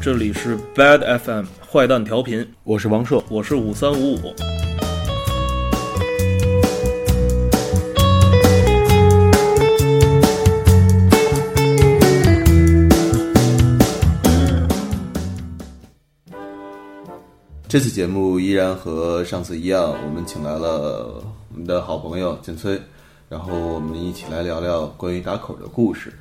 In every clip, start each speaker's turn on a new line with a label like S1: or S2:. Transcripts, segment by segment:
S1: 这里是 Bad FM 坏蛋调频，
S2: 我是王硕，
S1: 我是五三五五。
S3: 这期节目依然和上次一样，我们请来了我们的好朋友建崔，然后我们一起来聊聊关于打口的故事。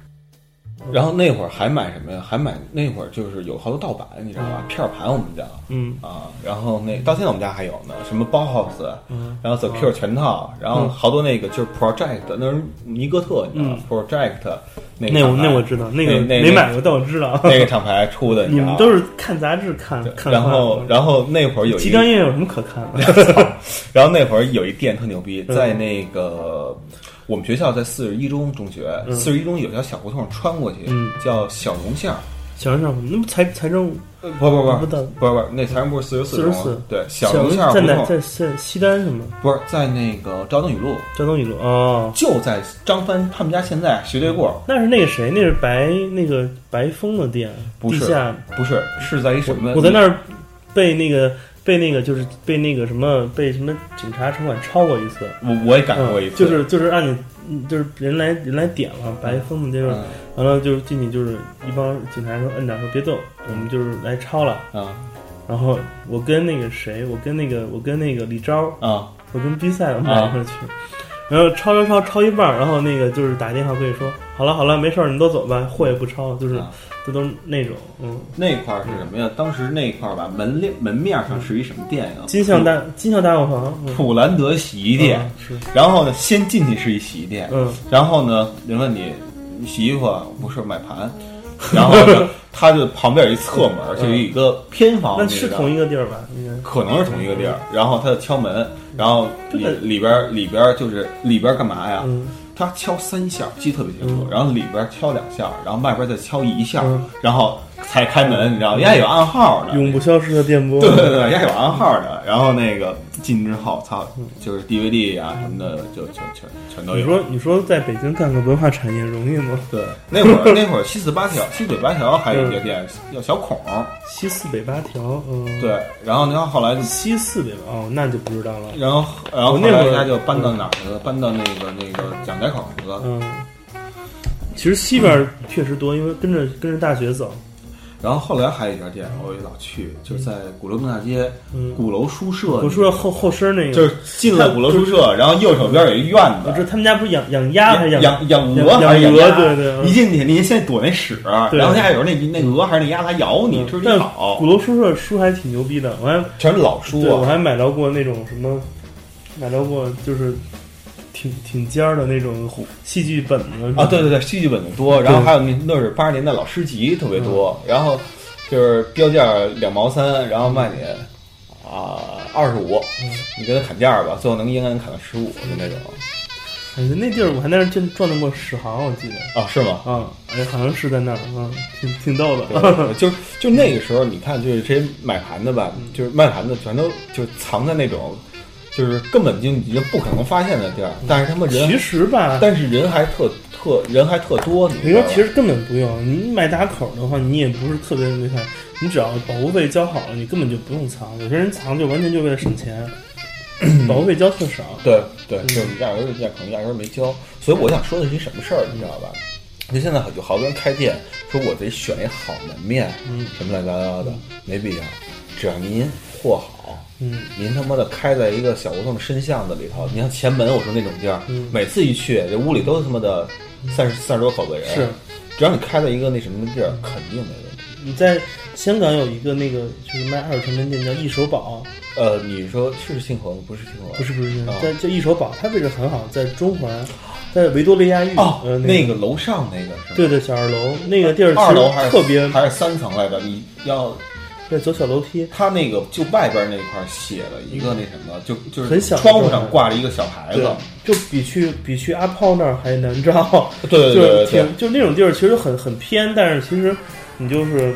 S3: 然后那会儿还买什么呀？还买那会儿就是有好多盗版，你知道吧？片儿盘我们叫，嗯啊，然后那到现在我们家还有呢，什么 Bauhaus，嗯，然后
S4: 啊
S3: The Cure 全套，然后好多那个就是 Project，那是尼哥特，你知道吧、Project 那
S4: 嗯那
S3: 个
S4: 我
S3: 厂牌
S4: 那我知道，那个
S3: 那
S4: 没买过，但我知道。
S3: 那个厂牌出的，
S4: 你
S3: 知道
S4: 们
S3: 吧
S4: 都是看杂志看看
S3: 然后
S4: 看
S3: 然后那会儿有一
S4: 极
S3: 个
S4: 端音乐有什么可看的？
S3: 然后那会儿有一店特牛逼，
S4: 嗯
S3: 在那个我们学校在四十一中中学，四十一中有条小胡同穿过去，
S4: 嗯
S3: 叫小龙巷儿。
S4: 小时候那不财财政
S3: 呃不不
S4: 我
S3: 不不
S4: 不知道
S3: 不是那财政部四十四中啊
S4: 44
S3: 对小龙巷儿
S4: 在
S3: 胡
S4: 哪？
S3: 同
S4: 在在西单什么？
S3: 不是在那个昭登语录，
S4: 交通一路哦，
S3: 就在张帆他们家现在斜对过，
S4: 那是那个谁？那是白那个白风的店，
S3: 不
S4: 地
S3: 是
S4: 下。
S3: 不是是在一什么？
S4: 我在那儿被那个被那个就是被那个什么被什么警察城管抄过一次，
S3: 我我也赶过一
S4: 嗯，
S3: 次，
S4: 就是就是按你嗯就是人来人来点了白风的那种
S3: 嗯。
S4: 完了就是进去就是一帮警察说摁着说别动，我们就是来抄了。
S3: 啊
S4: 然后我跟那个谁，我跟那个我跟那个李钊，
S3: 啊
S4: 我跟比赛我们俩一块儿去，然后抄抄抄抄一半儿，然后那个就是打电话过去说好了好了没事儿你们都走吧，货也不抄，就是
S3: 啊
S4: 这都是那种嗯。
S3: 那块儿是什么呀？当时那块儿吧，门面门面上是一什么店呀？
S4: 金像大金像大药房，嗯
S3: 普兰德洗衣店，
S4: 嗯是
S3: 然后呢，先进去是一洗衣店，
S4: 嗯
S3: 然后呢，人问你你洗衣服啊不是买盘， 然后呢，他就旁边有一侧门，就有一个偏房，
S4: 嗯那
S3: 你知
S4: 是
S3: 道
S4: 同一个地儿吧？应该
S3: 可能是同一个地儿，然后他就敲门，然后里里边儿里边儿就是里边儿干嘛呀？
S4: 嗯
S3: 他敲三下，记得特别清楚
S4: 嗯，
S3: 然后里边儿敲两下，然后外边儿再敲一下
S4: 嗯，
S3: 然后才开门，你知道吗？人家有暗号呢，
S4: 永不消失的电波，
S3: 对对对，人家有暗号的。然后那个进之后，操，
S4: 嗯
S3: 就是 DVD 啊什么的，就全全全都
S4: 你
S3: 有。
S4: 说你说在北京干个文化产业容易吗？
S3: 对，那会儿那会儿七四八条、七九八条还
S4: 嗯
S3: 有一个店叫小孔，
S4: 西四北八条，嗯，，
S3: 对。然后然后后来就，
S4: 西四北八，哦，那就不知道了，
S3: 然后然后后
S4: 我那会儿
S3: 来人家就搬到哪儿去了？搬到那个那个蒋家口去了。
S4: 嗯。其实西边儿确实多，因为跟着跟着大学走，
S3: 然后后来还有一家店，我也老去，就是在鼓楼东大街
S4: 嗯
S3: 鼓楼书社那个。
S4: 我说后后身那个，
S3: 就是进了鼓楼书社，然后右手边有一院
S4: 我
S3: 子
S4: 知，道他们家不是养养鸭还是
S3: 养养养鹅
S4: 养
S3: 还是
S4: 鹅
S3: 鸭？
S4: 对对嗯
S3: 一进去你先躲那屎，
S4: 对嗯
S3: 然后家有时候那那鹅还是那鸭来咬你，吃
S4: 但
S3: 你好
S4: 鼓，楼书社书还挺牛逼的，我还
S3: 全是老书
S4: 对我
S3: 啊。
S4: 还买到过那种什么，买到过就是挺挺尖儿的那种戏剧本子
S3: 啊，对对对，戏剧本的多，然后还有那那是八十年代老诗集特别多，
S4: 嗯
S3: 然后就是标价两毛三，然后卖你啊二十五，
S4: 嗯
S3: 你跟他砍价吧，最后能应该能砍到十五就那种。
S4: 感觉哎那地儿我还在那儿见撞见过史航，我记得
S3: 啊，是吗？
S4: 啊，哎，好像是在那儿，嗯，挺挺逗的。
S3: 对就就那个时候，你看，就是这些买盘的
S4: 嗯
S3: 吧，就是卖盘的，全都就是藏在那种，就是根本就已经不可能发现的地儿，但是他们
S4: 嗯其
S3: 人，
S4: 实吧，
S3: 但是人还特特人还特多，你
S4: 你
S3: 知道
S4: 说
S3: 吧？
S4: 其实根本不用，你买打口的话，你也不是特别没看，你只要保护费交好了，你根本就不用藏。有些人藏就完全就为了省钱，保护费交特少。
S3: 对对，
S4: 嗯
S3: 就是压根儿压可能压根儿没交，所以我想说的是一什么事儿，你知道吧？就现在有好多人开店，说我得选一好门面，
S4: 嗯
S3: 什么乱七八糟的，没必要，只要您货好，
S4: 嗯，
S3: 您他妈的开在一个小胡同深巷子里头，你像前门，我说那种地儿，
S4: 嗯
S3: 每次一去，这屋里都他妈的三十三十多口子人，
S4: 是，
S3: 只要你开在一个那什么地儿，肯定没问题。
S4: 你在香港有一个那个就是卖二手产品店叫易手宝，
S3: 呃，你说是清河吗？不是清河，
S4: 不是不是，
S3: 哦
S4: 在叫易手宝，它位置很好，在中环，在维多利亚域
S3: 哦，
S4: 呃
S3: 那
S4: 个
S3: 个楼上那个是吗？
S4: 对对小二楼那个地儿，
S3: 二楼还是
S4: 特别
S3: 还是三层来着？你要
S4: 对走小楼梯，
S3: 他那个就外边那块儿写了一个那什么，就就是
S4: 很小的
S3: 窗户
S4: 状态
S3: 上挂着一个小牌子
S4: 对，，就比去比去阿炮那儿还难招。
S3: 对对对
S4: 就是
S3: 对对
S4: 挺就那种地儿，其实很很偏，但是其实你就是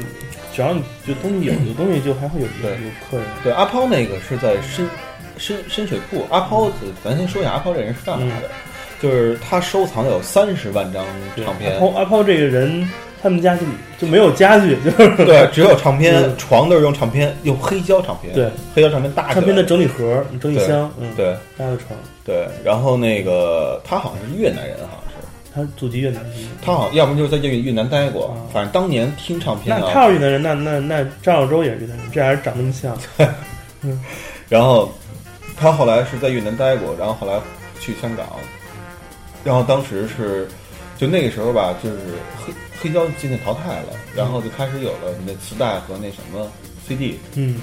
S4: 只要你就东西有，有东西就还会有有
S3: 对
S4: 有客人。
S3: 对，阿抛那个是在深深深水埗。阿抛，咱先说一下阿抛这人
S4: 嗯
S3: 是干嘛的，就是他收藏有三十万张唱
S4: 阿
S3: 片
S4: 炮。阿炮这个人他们家就就没有家具，就是
S3: 对，只有唱片，
S4: 嗯
S3: 床都是用唱片，用黑胶唱片，
S4: 对，
S3: 黑胶唱片大起来
S4: 唱片的整理盒、整理箱，嗯，
S3: 对
S4: 搭个床，
S3: 对，然后那个他好像是越南人，好像是
S4: 他祖籍越南人。
S3: 他好，要么就是在越越南待过
S4: 啊，
S3: 反正当年听唱片
S4: 那
S3: 啊，
S4: 他要是越南人，那那那张小舟也是越南人，这俩人长那么像，
S3: 然后他后来是在越南待过，然后后来去香港，然后当时是就那个时候吧，就是黑黑胶渐渐淘汰了，然后就开始有了那磁带和那什么 CD，
S4: 嗯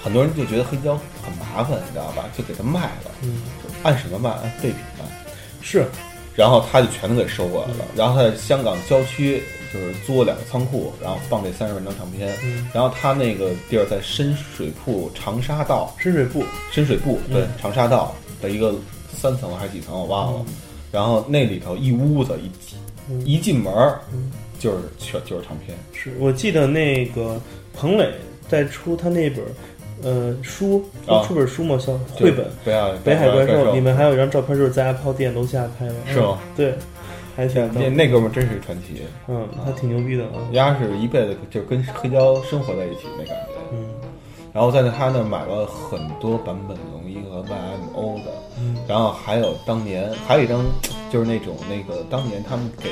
S3: 很多人就觉得黑胶很麻烦，你知道吧？就给它卖了，
S4: 嗯，
S3: 按什么卖？按废品卖。
S4: 是
S3: 然后他就全都给收过来了，然后他在香港郊区就是租了两个仓库，然后放这三十万张唱片。
S4: 嗯
S3: 然后他那个地儿在深水埗长沙道，
S4: 深水埗，
S3: 深水埗对、
S4: 嗯
S3: 长沙道的一个三层还是几层我忘了，然后那里头一屋子一进
S4: 嗯
S3: 一进门儿
S4: 嗯
S3: 就是全就是唱片，
S4: 是我记得那个彭磊在出他那本呃书，
S3: 啊
S4: 出本书嘛，像绘本《
S3: 对啊，
S4: 北海怪
S3: 怪
S4: 兽》，里面还有一张照片，就是在泡店楼下拍的，嗯
S3: 是吗？
S4: 对，还挺逗
S3: 那，那哥们儿真是一传奇，
S4: 嗯，他挺牛逼的啊，
S3: 丫是一辈子就跟黑胶生活在一起那感觉。
S4: 嗯
S3: 然后在他那儿买了很多版本龙一和 YMO 的，
S4: 嗯
S3: 然后还有当年还有一张就是那种那个当年他们给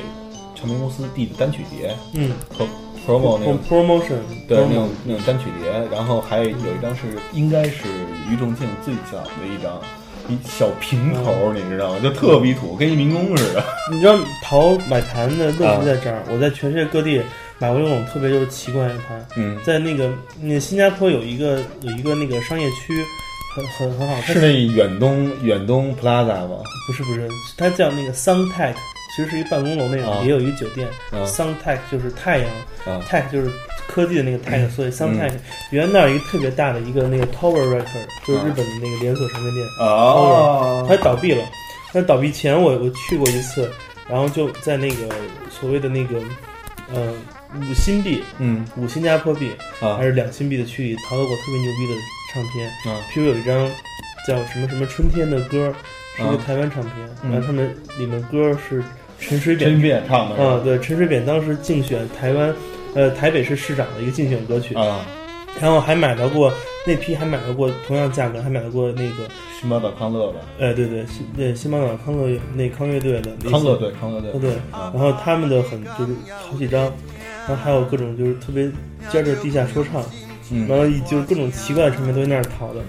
S3: 唱片公司递的单曲碟
S4: 嗯
S3: 和 promo 那种
S4: promotion
S3: 对
S4: promo
S3: 那种那种单曲碟，然后还有一张是应该是于仲敬最早的一张。一小平头儿，你知道吗？就特别土，跟一民工似的。
S4: 你知道淘买盘的乐趣
S3: 啊
S4: 在这儿，我在全世界各地买过一种特别就是奇怪的盘，
S3: 嗯，
S4: 在那个那新加坡有一个有一个那个商业区，很很很好，它
S3: 是那远东远东 Plaza 吗？
S4: 不是不是，它叫那个 Suntech，其实是一办公楼那种，
S3: 啊
S4: 也有一酒店。
S3: 啊
S4: Suntech 就是太阳、
S3: 啊
S4: t e c h 就是科技的那个
S3: 嗯
S4: tech，、所以 Suntech 原来那儿有一个特别大的一个那个 Tower Record，就是日本的那个连锁唱片店，
S3: 哦
S4: 它倒闭了。那倒闭前我我去过一次，然后就在那个所谓的那个呃五新币。
S3: 嗯
S4: 五新加坡币
S3: 啊
S4: 还是两新币的区域淘到过特别牛逼的唱片，
S3: 啊
S4: 譬如有一张叫什么什么春天的歌，是一个
S3: 啊
S4: 台湾唱片，
S3: 嗯
S4: 然后他们里面歌是陈水扁
S3: 真变唱的是吧
S4: 啊，对，陈水扁当时竞选台湾，呃，台北市市长的一个竞选歌曲，
S3: 啊，
S4: 然后还买到过那批，还买到过同样价格，还买到过那个，
S3: 新宝岛康乐吧，
S4: 呃，对对，新对新马港康乐那康乐队的那些
S3: 康乐队，康乐队，
S4: 对，
S3: 啊
S4: 然后他们的很就是好几张，然后还有各种就是特别尖儿的地下说唱，
S3: 嗯
S4: 然后以就是各种奇怪的唱片都在那儿淘的。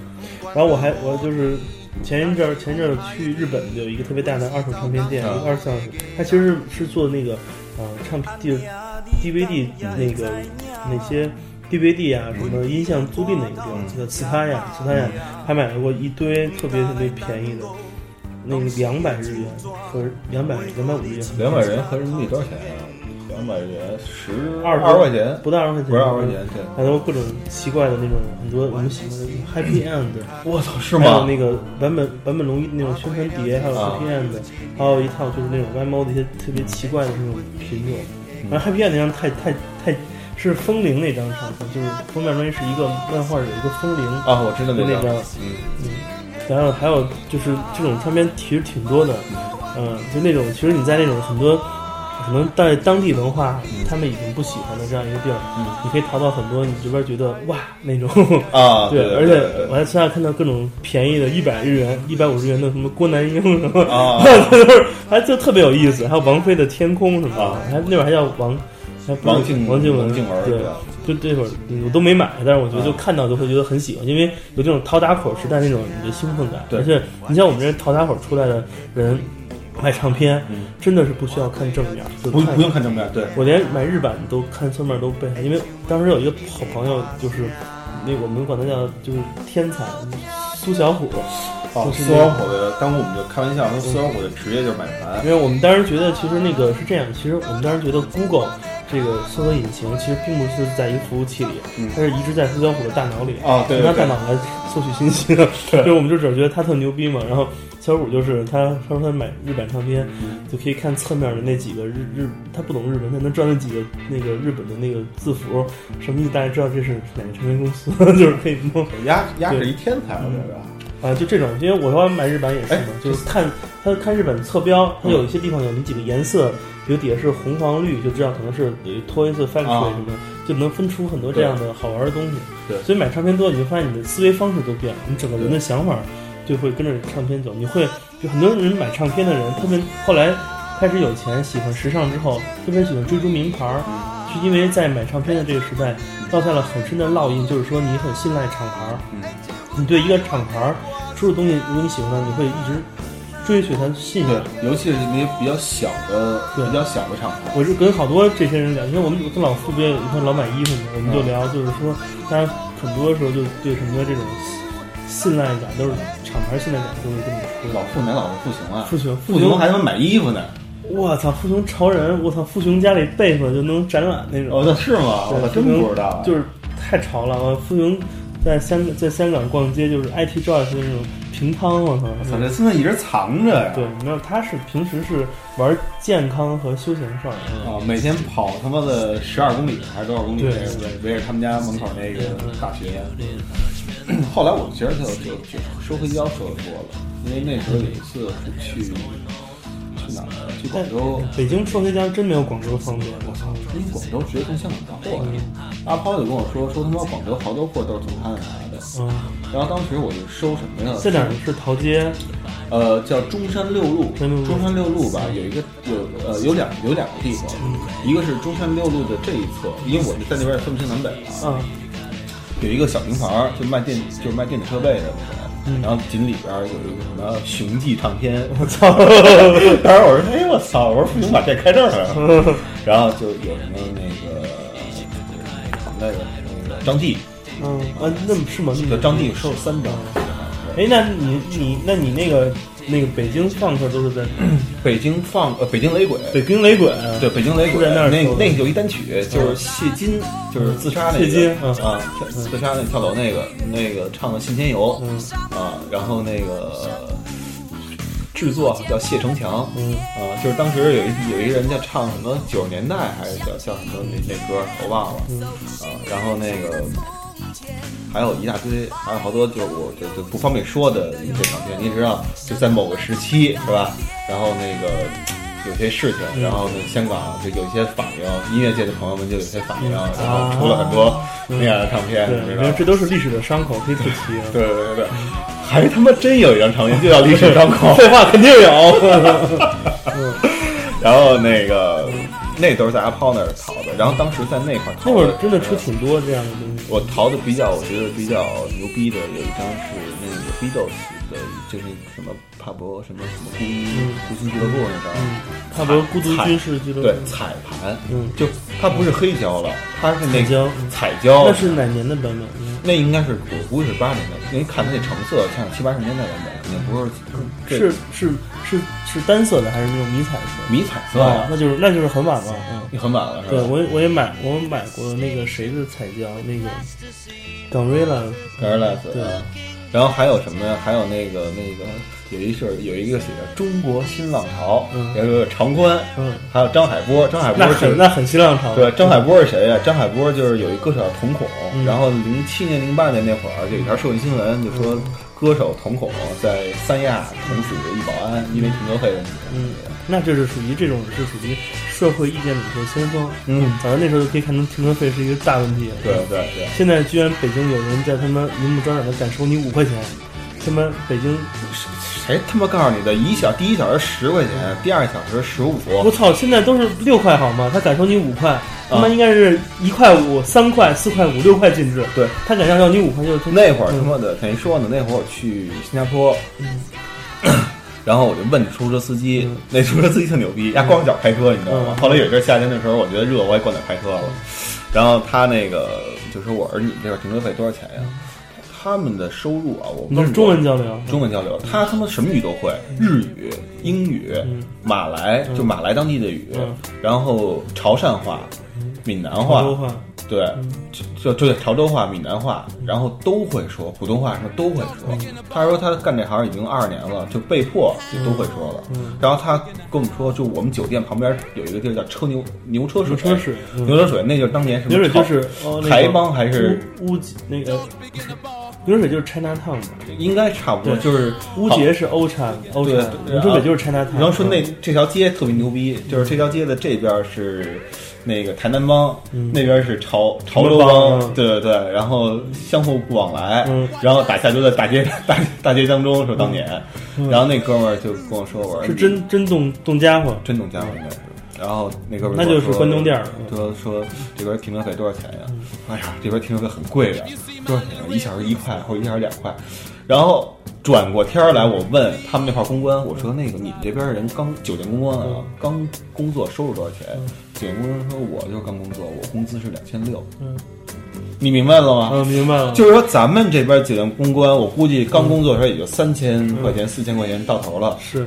S4: 然后我还我就是前一阵儿前一阵儿去日本有一个特别大的二手唱片店，
S3: 啊
S4: 一个二十四小时，它其实是是做那个呃唱片就是 DVD 那个那些 DVD 啊什么音像租赁的一个地方，叫磁
S3: 嗯
S4: 拍呀磁拍呀，还买了过一堆特别特别便宜的。那个两百日元和两百两百五十元，
S3: 两百元合人民币多少钱啊？两百元十
S4: 二十
S3: 二十块钱，
S4: 不到二十块钱，
S3: 不是二十块钱，对。
S4: 还有各种奇怪的那种很多我们喜欢的 Happy End，
S3: 我操，是
S4: 还有那个版本版本龙一那种宣传碟，还有
S3: 啊
S4: Happy End，还有一套就是那种歪猫的一些特别奇怪的那种品种。然后 Happy End 那张太太太是风铃那张唱片，就是封面专辑是一个漫画有一个风铃，
S3: 啊，我知道
S4: 就那
S3: 那
S4: 张
S3: 张，，嗯，
S4: 然后还有就是这种唱片其实挺多的，嗯，就那种其实你在那种很多可能在当地文化他们已经不喜欢的这样一个地儿，
S3: 嗯
S4: 你可以淘到很多你这边觉得哇那种，
S3: 啊，
S4: 对，
S3: 对，
S4: 而
S3: 对
S4: 且我还在那看到各种便宜的，一百日元、一百五十元的什么郭南英什么，
S3: 啊
S4: 还就特别有意思，还有王菲的《天空》什么的
S3: 啊，
S4: 还那会儿还叫王。还不是
S3: 王静
S4: 王静
S3: 王静文
S4: 对
S3: 对吧，啊
S4: 就这会儿嗯我都没买，但是我觉得就看到就会觉得很喜欢，因为有这种淘打口时代那种你的兴奋感，
S3: 对
S4: 而且你像我们这淘打口出来的人买唱片，真的是不需要看正面，就
S3: 嗯不
S4: 看
S3: 不用看正面，对，
S4: 我连买日版都看侧面都背下，因为当时有一个好朋友，就是那我们管他叫就是天才苏小虎，
S3: 哦，
S4: 就是
S3: 苏小虎的，当时我们就开玩笑说，苏小虎的职业就是买盘
S4: 因，为我们当时觉得其实那个是这样，其实我们当时觉得 Google 这个搜索引擎其实并不是在一个服务器里，它是一直在苏小虎的大脑里，
S3: 啊嗯对
S4: 从他
S3: 对
S4: 大 脑来搜取信息的，所以我们就只是觉得他特牛逼嘛。然后小虎就是他，他说他买日版唱片就可以看侧面的那几个日日，他不懂日文，他能知道那几个那个日本的那个字符什么意思，大家知道这是哪个唱片公司， 就是可以摸。
S3: 压压是一天才，我觉得，
S4: 啊，就这种，因为我要买日版也是嘛
S3: 哎，
S4: 就是看它看日本侧标，它有一些地方有那几个颜色比如底下是红黄绿，就知道可能是有一 Toys Factory
S2: 啊
S4: 什么的，就能分出很多这样的好玩的东西。
S3: 对
S4: 所以买唱片多，你就发现你的思维方式都变了，你整个人的想法就会跟着唱片走。你会就很多人买唱片的人，特别后来开始有钱，喜欢时尚之后，特别喜欢追逐名牌儿，是因为在买唱片的这个时代落下了很深的烙印，就是说你很信赖厂牌儿，
S3: 嗯
S4: 你对一个厂牌儿出的东西，如果你喜欢它，你会一直追随它，信仰。
S3: 对，尤其是那些比较小的、
S4: 对
S3: 比较小的厂牌，
S4: 我就跟好多这些人聊，因为我们跟老傅不也有一块老买衣服嘛，我们就
S3: 嗯
S4: 聊，就是说，大家很多时候就对什么这种信信赖感都是厂牌信赖感都是这么说的。
S3: 老傅哪老傅不行啊？
S4: 傅雄，
S3: 傅
S4: 傅
S3: 雄
S4: 雄，
S3: 还他妈买衣服呢？
S4: 我操，傅雄潮人，我操，傅雄家里被子就能展览那种，
S3: 哦，那是吗？
S4: 对
S3: 我真不知道，啊
S4: 就是太潮了。我傅雄在香在香港逛街就是 IT Joyce 那种平摊，我操，
S3: 操，这现在一直藏着呀。
S4: 对，没有，他是平时是玩健康和休闲少儿。
S3: 啊，每天跑他妈的十二公里还是多少公里，
S4: 对
S3: 围围着他们家门口那个大学。 后来我觉得就就就收黑胶收的多了，因为那时候有一次是去去哪儿呢？去广州，
S4: 北京说黑胶真没有广州方便，我操！
S3: 因为广州直接从香港到货的。阿抛就跟我说说他妈广州好多货都是从他那来的。
S4: 嗯，
S3: 然后当时我就收什么呀？
S4: 这哪儿是桃街？
S3: 呃，叫中山六路，
S4: 中山六路
S3: 中山六路吧，有一个有呃有两有两个地方，
S4: 嗯
S3: 一个是中山六路的这一侧，因为我们在那边分不清南北了，
S4: 啊，
S3: 有一个小平房儿，就卖电就是卖电子设备的那种，
S4: 嗯
S3: 然后紧里边儿有一个什么雄记唱片， 我操！当时我说，哎我操，我说不行，把这开这儿 了，然后就有什么那个那个那个张帝，
S4: 嗯啊，那么是吗？那
S3: 就
S4: 么
S3: 张帝收了三张。
S4: 哎，那你你那你那个那个北京放克都是在
S3: 北京放呃北京雷鬼，
S4: 北京雷鬼，啊
S3: 对，北京雷鬼
S4: 在那儿
S3: 那
S4: 说的
S3: 那有一单曲，就是谢金，就是自杀那个
S4: 谢金嗯
S3: 啊，跳自杀那跳楼那个那个唱的《信天游》
S4: 嗯
S3: 啊，然后那个制作叫谢成强，
S4: 嗯
S3: 啊，就是当时有一有一人叫唱什么九十年代还是叫叫什么那那歌我忘了
S4: 嗯
S3: 啊，然后那个。还有一大堆，还有好多就是我就就不方便说的一些唱片，你知道，就在某个时期是吧？然后那个有些事情，然后呢，香港就有一些反应，音乐界的朋友们就有些反应，啊然后出了很多那样的唱片，
S4: 嗯对，
S3: 你知
S4: 你
S3: 道吗
S4: 看？这都是历史的伤口，可以不提啊。
S3: 对对对对，还他妈真有一张唱片就叫《历史伤口》，
S4: 废话肯定有，
S3: 然后那个那都是在阿抛那儿淘的，然后当时在那块儿淘
S4: 那会儿真的
S3: 呃
S4: 出挺多这样的东西。
S3: 我淘的比较，我觉得比较牛逼的有一张是那个 Beatles 的，就是什么帕博什么什么孤孤星俱乐部那张，
S4: 嗯，差不多孤独军事俱乐
S3: 对
S4: 部，
S3: 彩盘，
S4: 嗯
S3: 就它不是黑胶了，它是那
S4: 彩胶
S3: 彩胶，
S4: 那是哪年的版本？嗯
S3: 那应该是我估计是八十年代，因为看它那成色像七八十年代版本，肯定不是这
S4: 是是是是单色的还是那种迷彩色？
S3: 迷彩色
S4: 啊，
S3: 呀，
S4: 那就是那就是很晚了，嗯。
S3: 你很晚了是
S4: 对，
S3: 吧？
S4: 我也我也买，我买过那个谁的彩胶，那个港瑞拉，
S3: g a r l e s
S4: 对
S3: 然后还有什么呀？还有那个那个有一是有一个写着中国新浪潮，
S4: 嗯
S3: 有一个长宽，
S4: 嗯，
S3: 还有张海波，张海波
S4: 那
S3: 是
S4: 很那很新浪潮，
S3: 对，张海波是谁呀？张海波就是有一歌手叫瞳孔，
S4: 嗯
S3: 然后零七年、零八年那会儿就有一条社会新闻，就说歌手瞳孔在三亚捅死一保安，因为停车费问题。
S4: 嗯，那这是属于这种是属于社会意见领袖先锋，
S3: 嗯，
S4: 反正那时候就可以看出停车费是一个大问题，
S3: 对对对，
S4: 现在居然北京有人在他妈明目张胆的敢收你五块钱，他妈北京，
S3: 谁他妈告诉你的？一小第一小时十块钱，第二小时十五，
S4: 我操，现在都是六块好吗？他敢收你五块，他妈应该是一块五、三块、四块五、六块进制，
S3: 对，
S4: 他敢要要你五块就是他妈
S3: 那会儿他
S4: 嗯
S3: 妈的，等于说呢，那会儿我去新加坡，
S4: 嗯
S3: 然后我就问那出租车司机，
S4: 嗯
S3: 那出租车司机特牛逼，压光脚开车，你知道吗？
S4: 嗯
S3: 后来有一阵夏天的时候，我觉得热，我也光脚开车了。然后他那个就说：“我说你们这边停车费多少钱呀？”他们的收入啊，我
S4: 嗯你是中文交流，
S3: 中文交流，他他妈什么语都会，日语、英语、
S4: 嗯
S3: 马来，就马来当地的语，
S4: 嗯
S3: 然后潮汕话、闽南
S4: 潮
S3: 话，
S4: 州话。
S3: 对，就就潮州话、闽南话，然后都会说，普通话什么都会说。他说他干这行已经二十年了，就被迫就都会说了。
S4: 嗯
S3: 然后他跟我们说，就我们酒店旁边有一个地儿叫车牛牛车水，
S4: 牛车水嗯
S3: 牛车水，那就是当年什么
S4: 牛水就
S3: 朝
S4: 是哦那个
S3: 台帮还是
S4: 乌乌鸡那个牛水就是 China Town 嘛，
S3: 应该差不多，
S4: 对
S3: 就是
S4: 乌
S3: 好
S4: 节是欧产，欧
S3: 对啊
S4: 产，牛水北就是嗯 China Town。
S3: 你要说那这条街特别牛逼，就是这条街的这边是那个台南帮，那边是潮潮流
S4: 潮流嗯帮
S3: 帮，
S4: 嗯
S3: 对对对，然后相互不往来，
S4: 嗯
S3: 然后打架就在大街大大街当中说当年，然后那哥们儿就跟我说我说
S4: 嗯是
S3: 你
S4: 真真动动家伙，
S3: 真懂家伙应该是。然后那哥们儿
S4: 那
S3: 跟我
S4: 就是
S3: 说
S4: 关东店儿嗯
S3: 说说这边停车费多少钱呀？哎呀，这边停车费很贵的，多少钱呀？一小时一块或者一小时两块。然后转过天儿来，我问他们那块儿公关，我说那个你们这边儿人刚酒店公关啊
S4: 嗯，
S3: 刚工作收入多少钱？酒店公关说我就是刚工作，我工资是两千六。
S4: 嗯，
S3: 你明白了吗？
S4: 嗯，明白了，
S3: 就是说，咱们这边酒店公关，我估计刚工作的时候也就三千块钱、四千块钱到头了。
S4: 是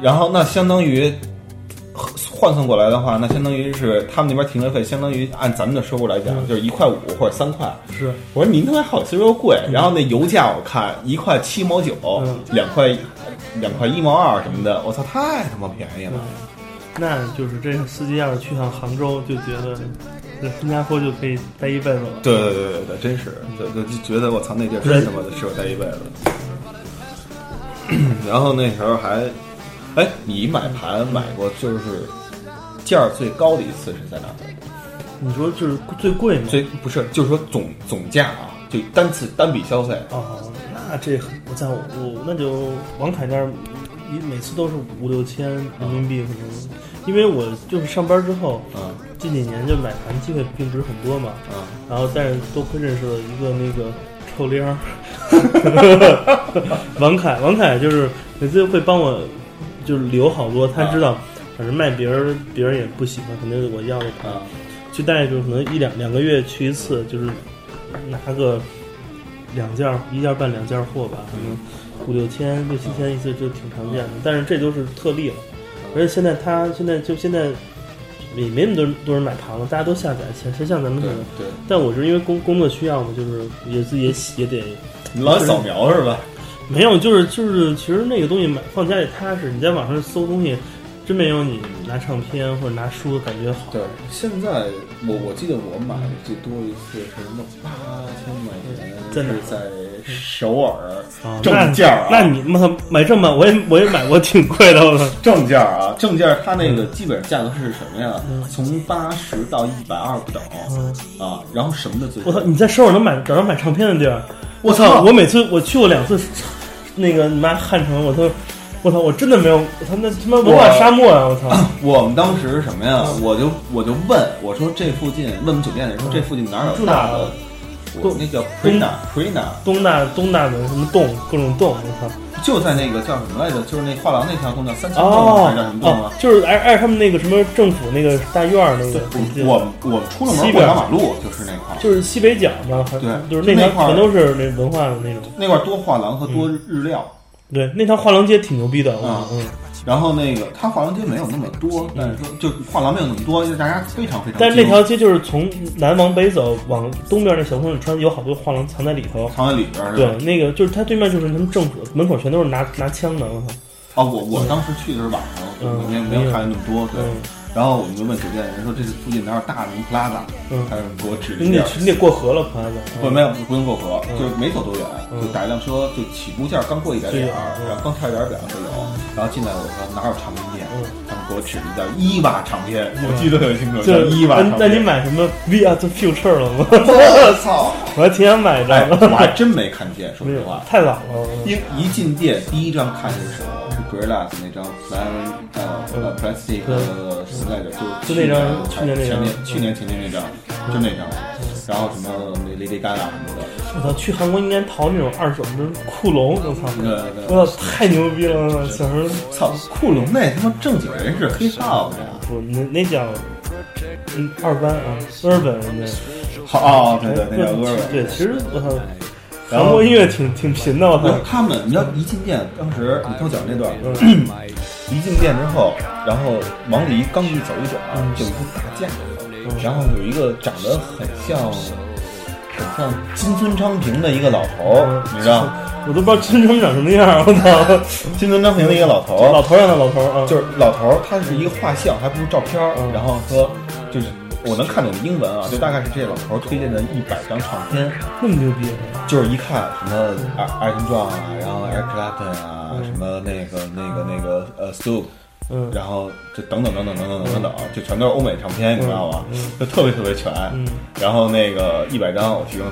S3: 然后那相当于换算过来的话，那相当于是他们那边停车费，相当于按咱们的收入来讲，就是一块五或者三块。
S4: 是，
S3: 我说您他妈好心说贵，然后那油价我看一块七毛九、
S4: 嗯
S3: 两块两块一毛二什么的，我操，太他妈便宜了
S4: 嗯。，那就是这个司机要是去趟杭州，就觉得在新加坡就可以待一辈子了。
S3: 对对对对对，真是，对对，就觉得我操那地儿真他妈的适合待一辈子。 然后那时候还，哎，你买盘买过就是价儿最高的一次是在哪儿？
S4: 你说就是最贵嘛？
S3: 最不是，就是说总总价啊，就单次单笔消费，
S4: 哦，那这很我在我我那就王凯那儿，一每次都是五六千人民币可能，因为我就是上班之后，
S3: 啊
S4: 近几年就买盘机会并不是很多嘛，
S3: 啊，
S4: 然后但是多亏认识了一个那个臭玲 儿，王凯，王凯就是每次会帮我就是留好多，他知
S3: 啊
S4: 道反正卖别人别人也不喜欢，肯定是我要的盘，
S3: 啊
S4: 去带就可能一两两个月去一次，就是拿个两件儿一件儿半两件儿货吧，可
S3: 嗯
S4: 能五六千六七千一次就挺常见
S3: 啊
S4: 的，但是这都是特例了。而且现在他现在就现在也没那么多人多人买盘了，大家都下载，谁谁像咱们
S3: 对
S4: 似的。
S3: 对，
S4: 但我是因为工工作需要嘛，就是也自己也喜也得
S3: 你老扫描是吧？
S4: 没有，就是就是，其实那个东西买放家里踏实，你在网上搜东西，真没有你拿唱片啊或者拿书的感觉好。
S3: 对，现在我我记得我买的最多一次是什么八千块钱，
S4: 在哪儿
S3: 是在首尔
S4: 啊，
S3: 正
S4: 那
S3: 价儿啊，
S4: 那你妈买正版，我也我也买过，挺贵的。我操
S3: 正价儿啊，正价儿它那个
S4: 嗯
S3: 基本价格是什么呀？从八十到一百二不等啊，然后什么的最
S4: 嗯我操！
S3: 多。
S4: 你在首尔能买找着买唱片的地儿？
S3: 我
S4: 操！我每次我去过两次，那个你妈汉城，我都，我操！我真的没有，我操！那他妈文化
S3: 我
S4: 沙漠啊！我操！
S3: 我们当时是什么呀？
S4: 嗯
S3: 我就我就问我说这附近问我们酒店的人说这附近哪儿
S4: 住
S3: 有
S4: 哪
S3: 大
S4: 儿
S3: 的
S4: 啊？
S3: 我那叫 Prina Prina，
S4: 东大东大门什么洞，各种洞，我操！
S3: 就在那个叫什么来着？就是那画廊那条洞叫三清洞还
S4: 哦
S3: 是叫什么洞
S4: 哦
S3: 啊？，
S4: 就是挨挨着他们那个什么政府那个大院儿那个附近，
S3: 我我我出了
S4: 西
S3: 门
S4: 边
S3: 过条马路就是那块儿，
S4: 就是西北角嘛，好像
S3: 对
S4: 就是
S3: 就
S4: 那
S3: 那块
S4: 条
S3: 儿
S4: 全都是那文化的那种。
S3: 那块儿多画廊和多日料。
S4: 对，那条画廊街挺牛逼的，
S3: 啊
S4: 嗯。
S3: 然后那个它画廊街没有那么多，但是说就是画廊没有那么多，就是大家非常非常集中。
S4: 但是那条街就是从南往北走，往东边那小公里穿，有好多画廊藏在里头。
S3: 藏在里边儿是吧
S4: 对，那个就是它对面就是他们政府门口全都是拿拿枪的，我操！
S3: 哦，我我当时去的是晚上，
S4: 嗯
S3: 没有没有看见那么多。对
S4: 嗯，
S3: 然后我们就问酒店人说这附近哪有大什么 plaza，
S4: 嗯
S3: 他说给我指了一
S4: 你
S3: 下
S4: 得。去，你得过河了，朋友们。
S3: 不，没有，不用过河，
S4: 嗯
S3: 就是没走多远，
S4: 嗯
S3: 就打一辆车，就起步价刚过一点点儿
S4: 对，嗯
S3: 然后刚跳一点点儿就有，然后进来我说哪有唱片店
S4: 嗯，
S3: 他们给我指了一下伊娃唱片，我
S4: 嗯
S3: 记得很清楚，叫
S4: 就
S3: 伊娃
S4: 那
S3: 唱
S4: 那你
S3: 片。
S4: 买什么《We Are the Future》了吗？
S3: 我操！
S4: 我还挺想买
S3: 哎，啊
S4: 的，
S3: 我还真没看见，说
S4: 没
S3: 实
S4: 有
S3: 话，。
S4: 太老了。我
S3: 一一进店，第一张看见是什么？是 Gorillaz 那张 Flying 呃呃 Plastic 呃什么来着？就
S4: 嗯就那张
S3: 去
S4: 去年那
S3: 前
S4: 张嗯
S3: 年去年前年那张，就那张。然后什么那 Lady Gaga 什么的，
S4: 我操，去韩国应该淘那种二手的库龙，我操！
S3: 那个
S4: 我操，太牛逼了！我操小时候
S3: 操库龙那他妈正经人是黑 hop 呀！
S4: 不那那叫嗯二班啊，日本人的。
S3: 好，哦对对，那叫俄文。
S4: 哎对，其实我操，
S3: 然后
S4: 韩国音乐挺挺贫的，我
S3: 然后
S4: 操，
S3: 他们，你知道一进店，当时你听我讲这段，
S4: 嗯
S3: 一进店之后，然后往里刚一走一转啊，
S4: 嗯
S3: 就有一个大架子，然后有一个长得很像很像金村昌平的一个老头儿，
S4: 嗯
S3: 你知道吗？
S4: 我都不知道真正长什么样，我操，
S3: 金村昌平的一个老头
S4: 老
S3: 儿，
S4: 头儿让他老头儿啊，
S3: 就是老头儿，他是一个画像，还不是照片儿
S4: 嗯，
S3: 然后说
S4: 嗯
S3: 就是。我能看懂英文啊，就大概是这老头儿推荐的一百张唱片，
S4: 那么牛逼，
S3: 就是一看什么阿阿金壮啊，然后 Eric Clapton 啊，什么那个那个那个呃 Stu，
S4: 嗯
S3: 然后这等等等等等等等等等，就全都是欧美唱片，你知道吗？
S4: 嗯
S3: 就特别特别全。然后那个一百张，我其中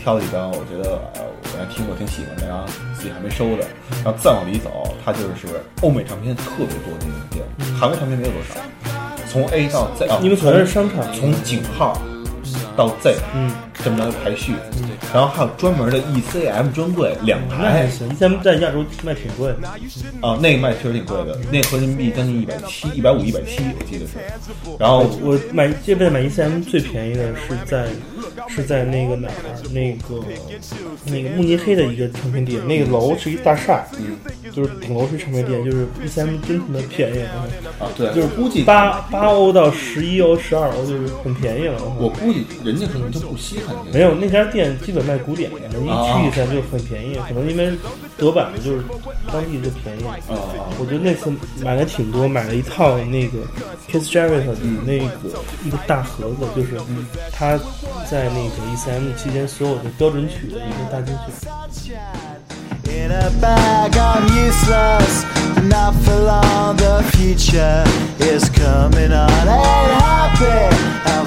S3: 挑了几张，我觉得呃我来听我挺喜欢的，然后自己还没收的。然
S4: 嗯
S3: 后再往里走，它就是欧美唱片特别多的那种店，韩国唱片没有多少。从 A 到 Z 啊，
S4: 因为嗯全是商场
S3: 从井号到 Z，
S4: 嗯，
S3: 这么着排序，然后还有专门的 ECM 专柜两
S4: 那还
S3: 排
S4: 行，咱们在亚洲卖挺贵的，
S3: 啊，那个卖确实挺贵的，那合人民币将近一百七、一百五、一百七，我记得是。然后
S4: 我买这辈子买 ECM 最便宜的是在是在那个哪儿那个那个慕尼黑的一个唱片店，那个楼是一大厦，就是顶楼是唱片店，就是 ECM 真他妈便宜，
S3: 啊，对，
S4: 就是
S3: 估计
S4: 八八欧到十一欧、十二欧就是很便宜了。我
S5: 我估计人家可能就不稀罕这
S4: 没
S5: 个。
S4: 有那家店基本卖古典的，一去一下就很便宜，可能因为德版的就是当地就便宜。
S3: 哦啊
S4: 我觉得那次买了挺多，买了一套那个 Kiss Jarrett 的那个一个大盒子，就是他在那个 ECM 期间所有的标准曲的一个大金曲。
S6: In a bag, I'm useless, not for long. The future is coming on. Ain't happy, I'm